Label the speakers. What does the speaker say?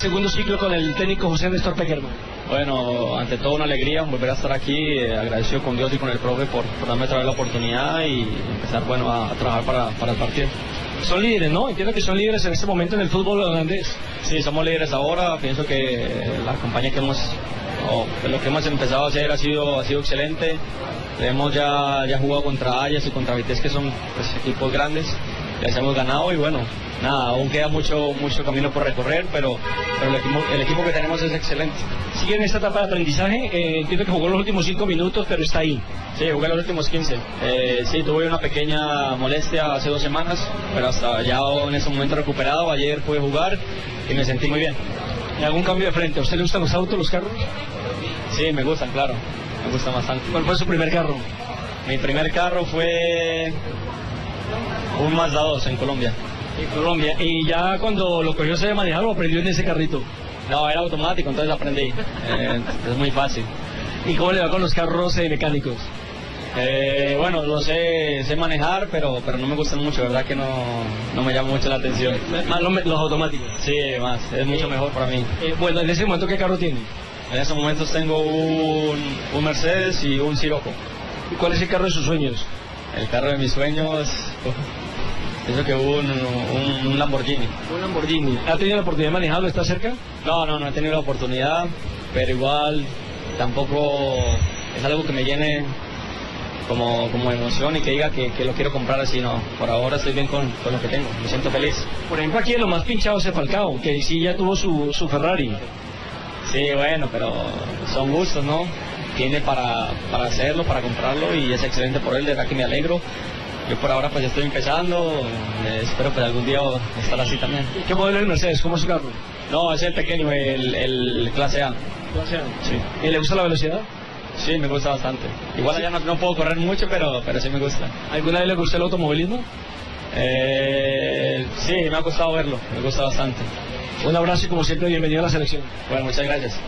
Speaker 1: Segundo ciclo con el técnico José Néstor Peckerman.
Speaker 2: Bueno, ante todo una alegría volver a estar aquí, eh, agradecido con Dios y con el profe por, por darme otra vez la oportunidad y empezar bueno, a, a trabajar para, para el partido.
Speaker 1: Son líderes, ¿no? Entiendo que son líderes en este momento en el fútbol holandés.
Speaker 2: Sí, somos líderes ahora, pienso que la campaña que hemos, o que lo que hemos empezado a hacer ha sido, ha sido excelente, hemos ya, ya jugado contra Ayas y contra Vitesse que son pues, equipos grandes, les hemos ganado y bueno, nada, aún queda mucho, mucho camino por recorrer, pero, pero el, equipo, el equipo que tenemos es excelente.
Speaker 1: Sigue en esta etapa de aprendizaje. eh, entiendo que jugó los últimos cinco minutos, pero está ahí.
Speaker 2: Sí, jugué los últimos 15. Eh, sí, tuve una pequeña molestia hace dos semanas, pero hasta ya en ese momento recuperado. Ayer pude jugar y me sentí muy bien.
Speaker 1: ¿Y algún cambio de frente? ¿A usted le gustan los autos, los carros?
Speaker 2: Sí, me gustan, claro. Me gustan bastante.
Speaker 1: ¿Cuál fue su primer carro?
Speaker 2: Mi primer carro fue un Mazda 2 en Colombia.
Speaker 1: En Colombia. Y ya cuando lo cogió se manejar, lo aprendió en ese carrito.
Speaker 2: No, era automático, entonces aprendí. Eh, es muy fácil.
Speaker 1: ¿Y cómo le va con los carros eh, mecánicos?
Speaker 2: Eh, bueno, lo sé, sé manejar, pero, pero no me gustan mucho, la verdad que no, no me llama mucho la atención.
Speaker 1: Más los, me- los automáticos.
Speaker 2: Sí, más, es mucho mejor para mí.
Speaker 1: Eh, bueno, en ese momento, ¿qué carro tiene?
Speaker 2: En estos momentos tengo un, un Mercedes y un Siroco.
Speaker 1: ¿Y ¿Cuál es el carro de sus sueños?
Speaker 2: El carro de mis sueños. Eso que hubo un, un- un Lamborghini.
Speaker 1: Un Lamborghini. ¿Ha tenido la oportunidad de manejarlo? ¿Está cerca?
Speaker 2: No, no, no he tenido la oportunidad, pero igual tampoco es algo que me llene como, como emoción y que diga que, que lo quiero comprar así, no. Por ahora estoy bien con, con lo que tengo, me siento feliz.
Speaker 1: Por ejemplo, aquí lo más pinchado es el Falcao, que sí ya tuvo su, su Ferrari.
Speaker 2: Sí, bueno, pero son gustos, ¿no? Tiene para, para hacerlo, para comprarlo y es excelente por él, de verdad que me alegro. Yo por ahora pues ya estoy empezando, eh, espero que algún día estar así también.
Speaker 1: ¿Qué modelo es el Mercedes? ¿Cómo es su carro?
Speaker 2: No, es el pequeño, el, el clase A. Sí.
Speaker 1: ¿Y le gusta la velocidad?
Speaker 2: Sí, me gusta bastante. Igual allá no, no puedo correr mucho, pero, pero sí me gusta.
Speaker 1: ¿Alguna vez le gustó el automovilismo?
Speaker 2: Eh, sí, me ha gustado verlo, me gusta bastante.
Speaker 1: Un abrazo y como siempre, bienvenido a la selección.
Speaker 2: Bueno, muchas gracias.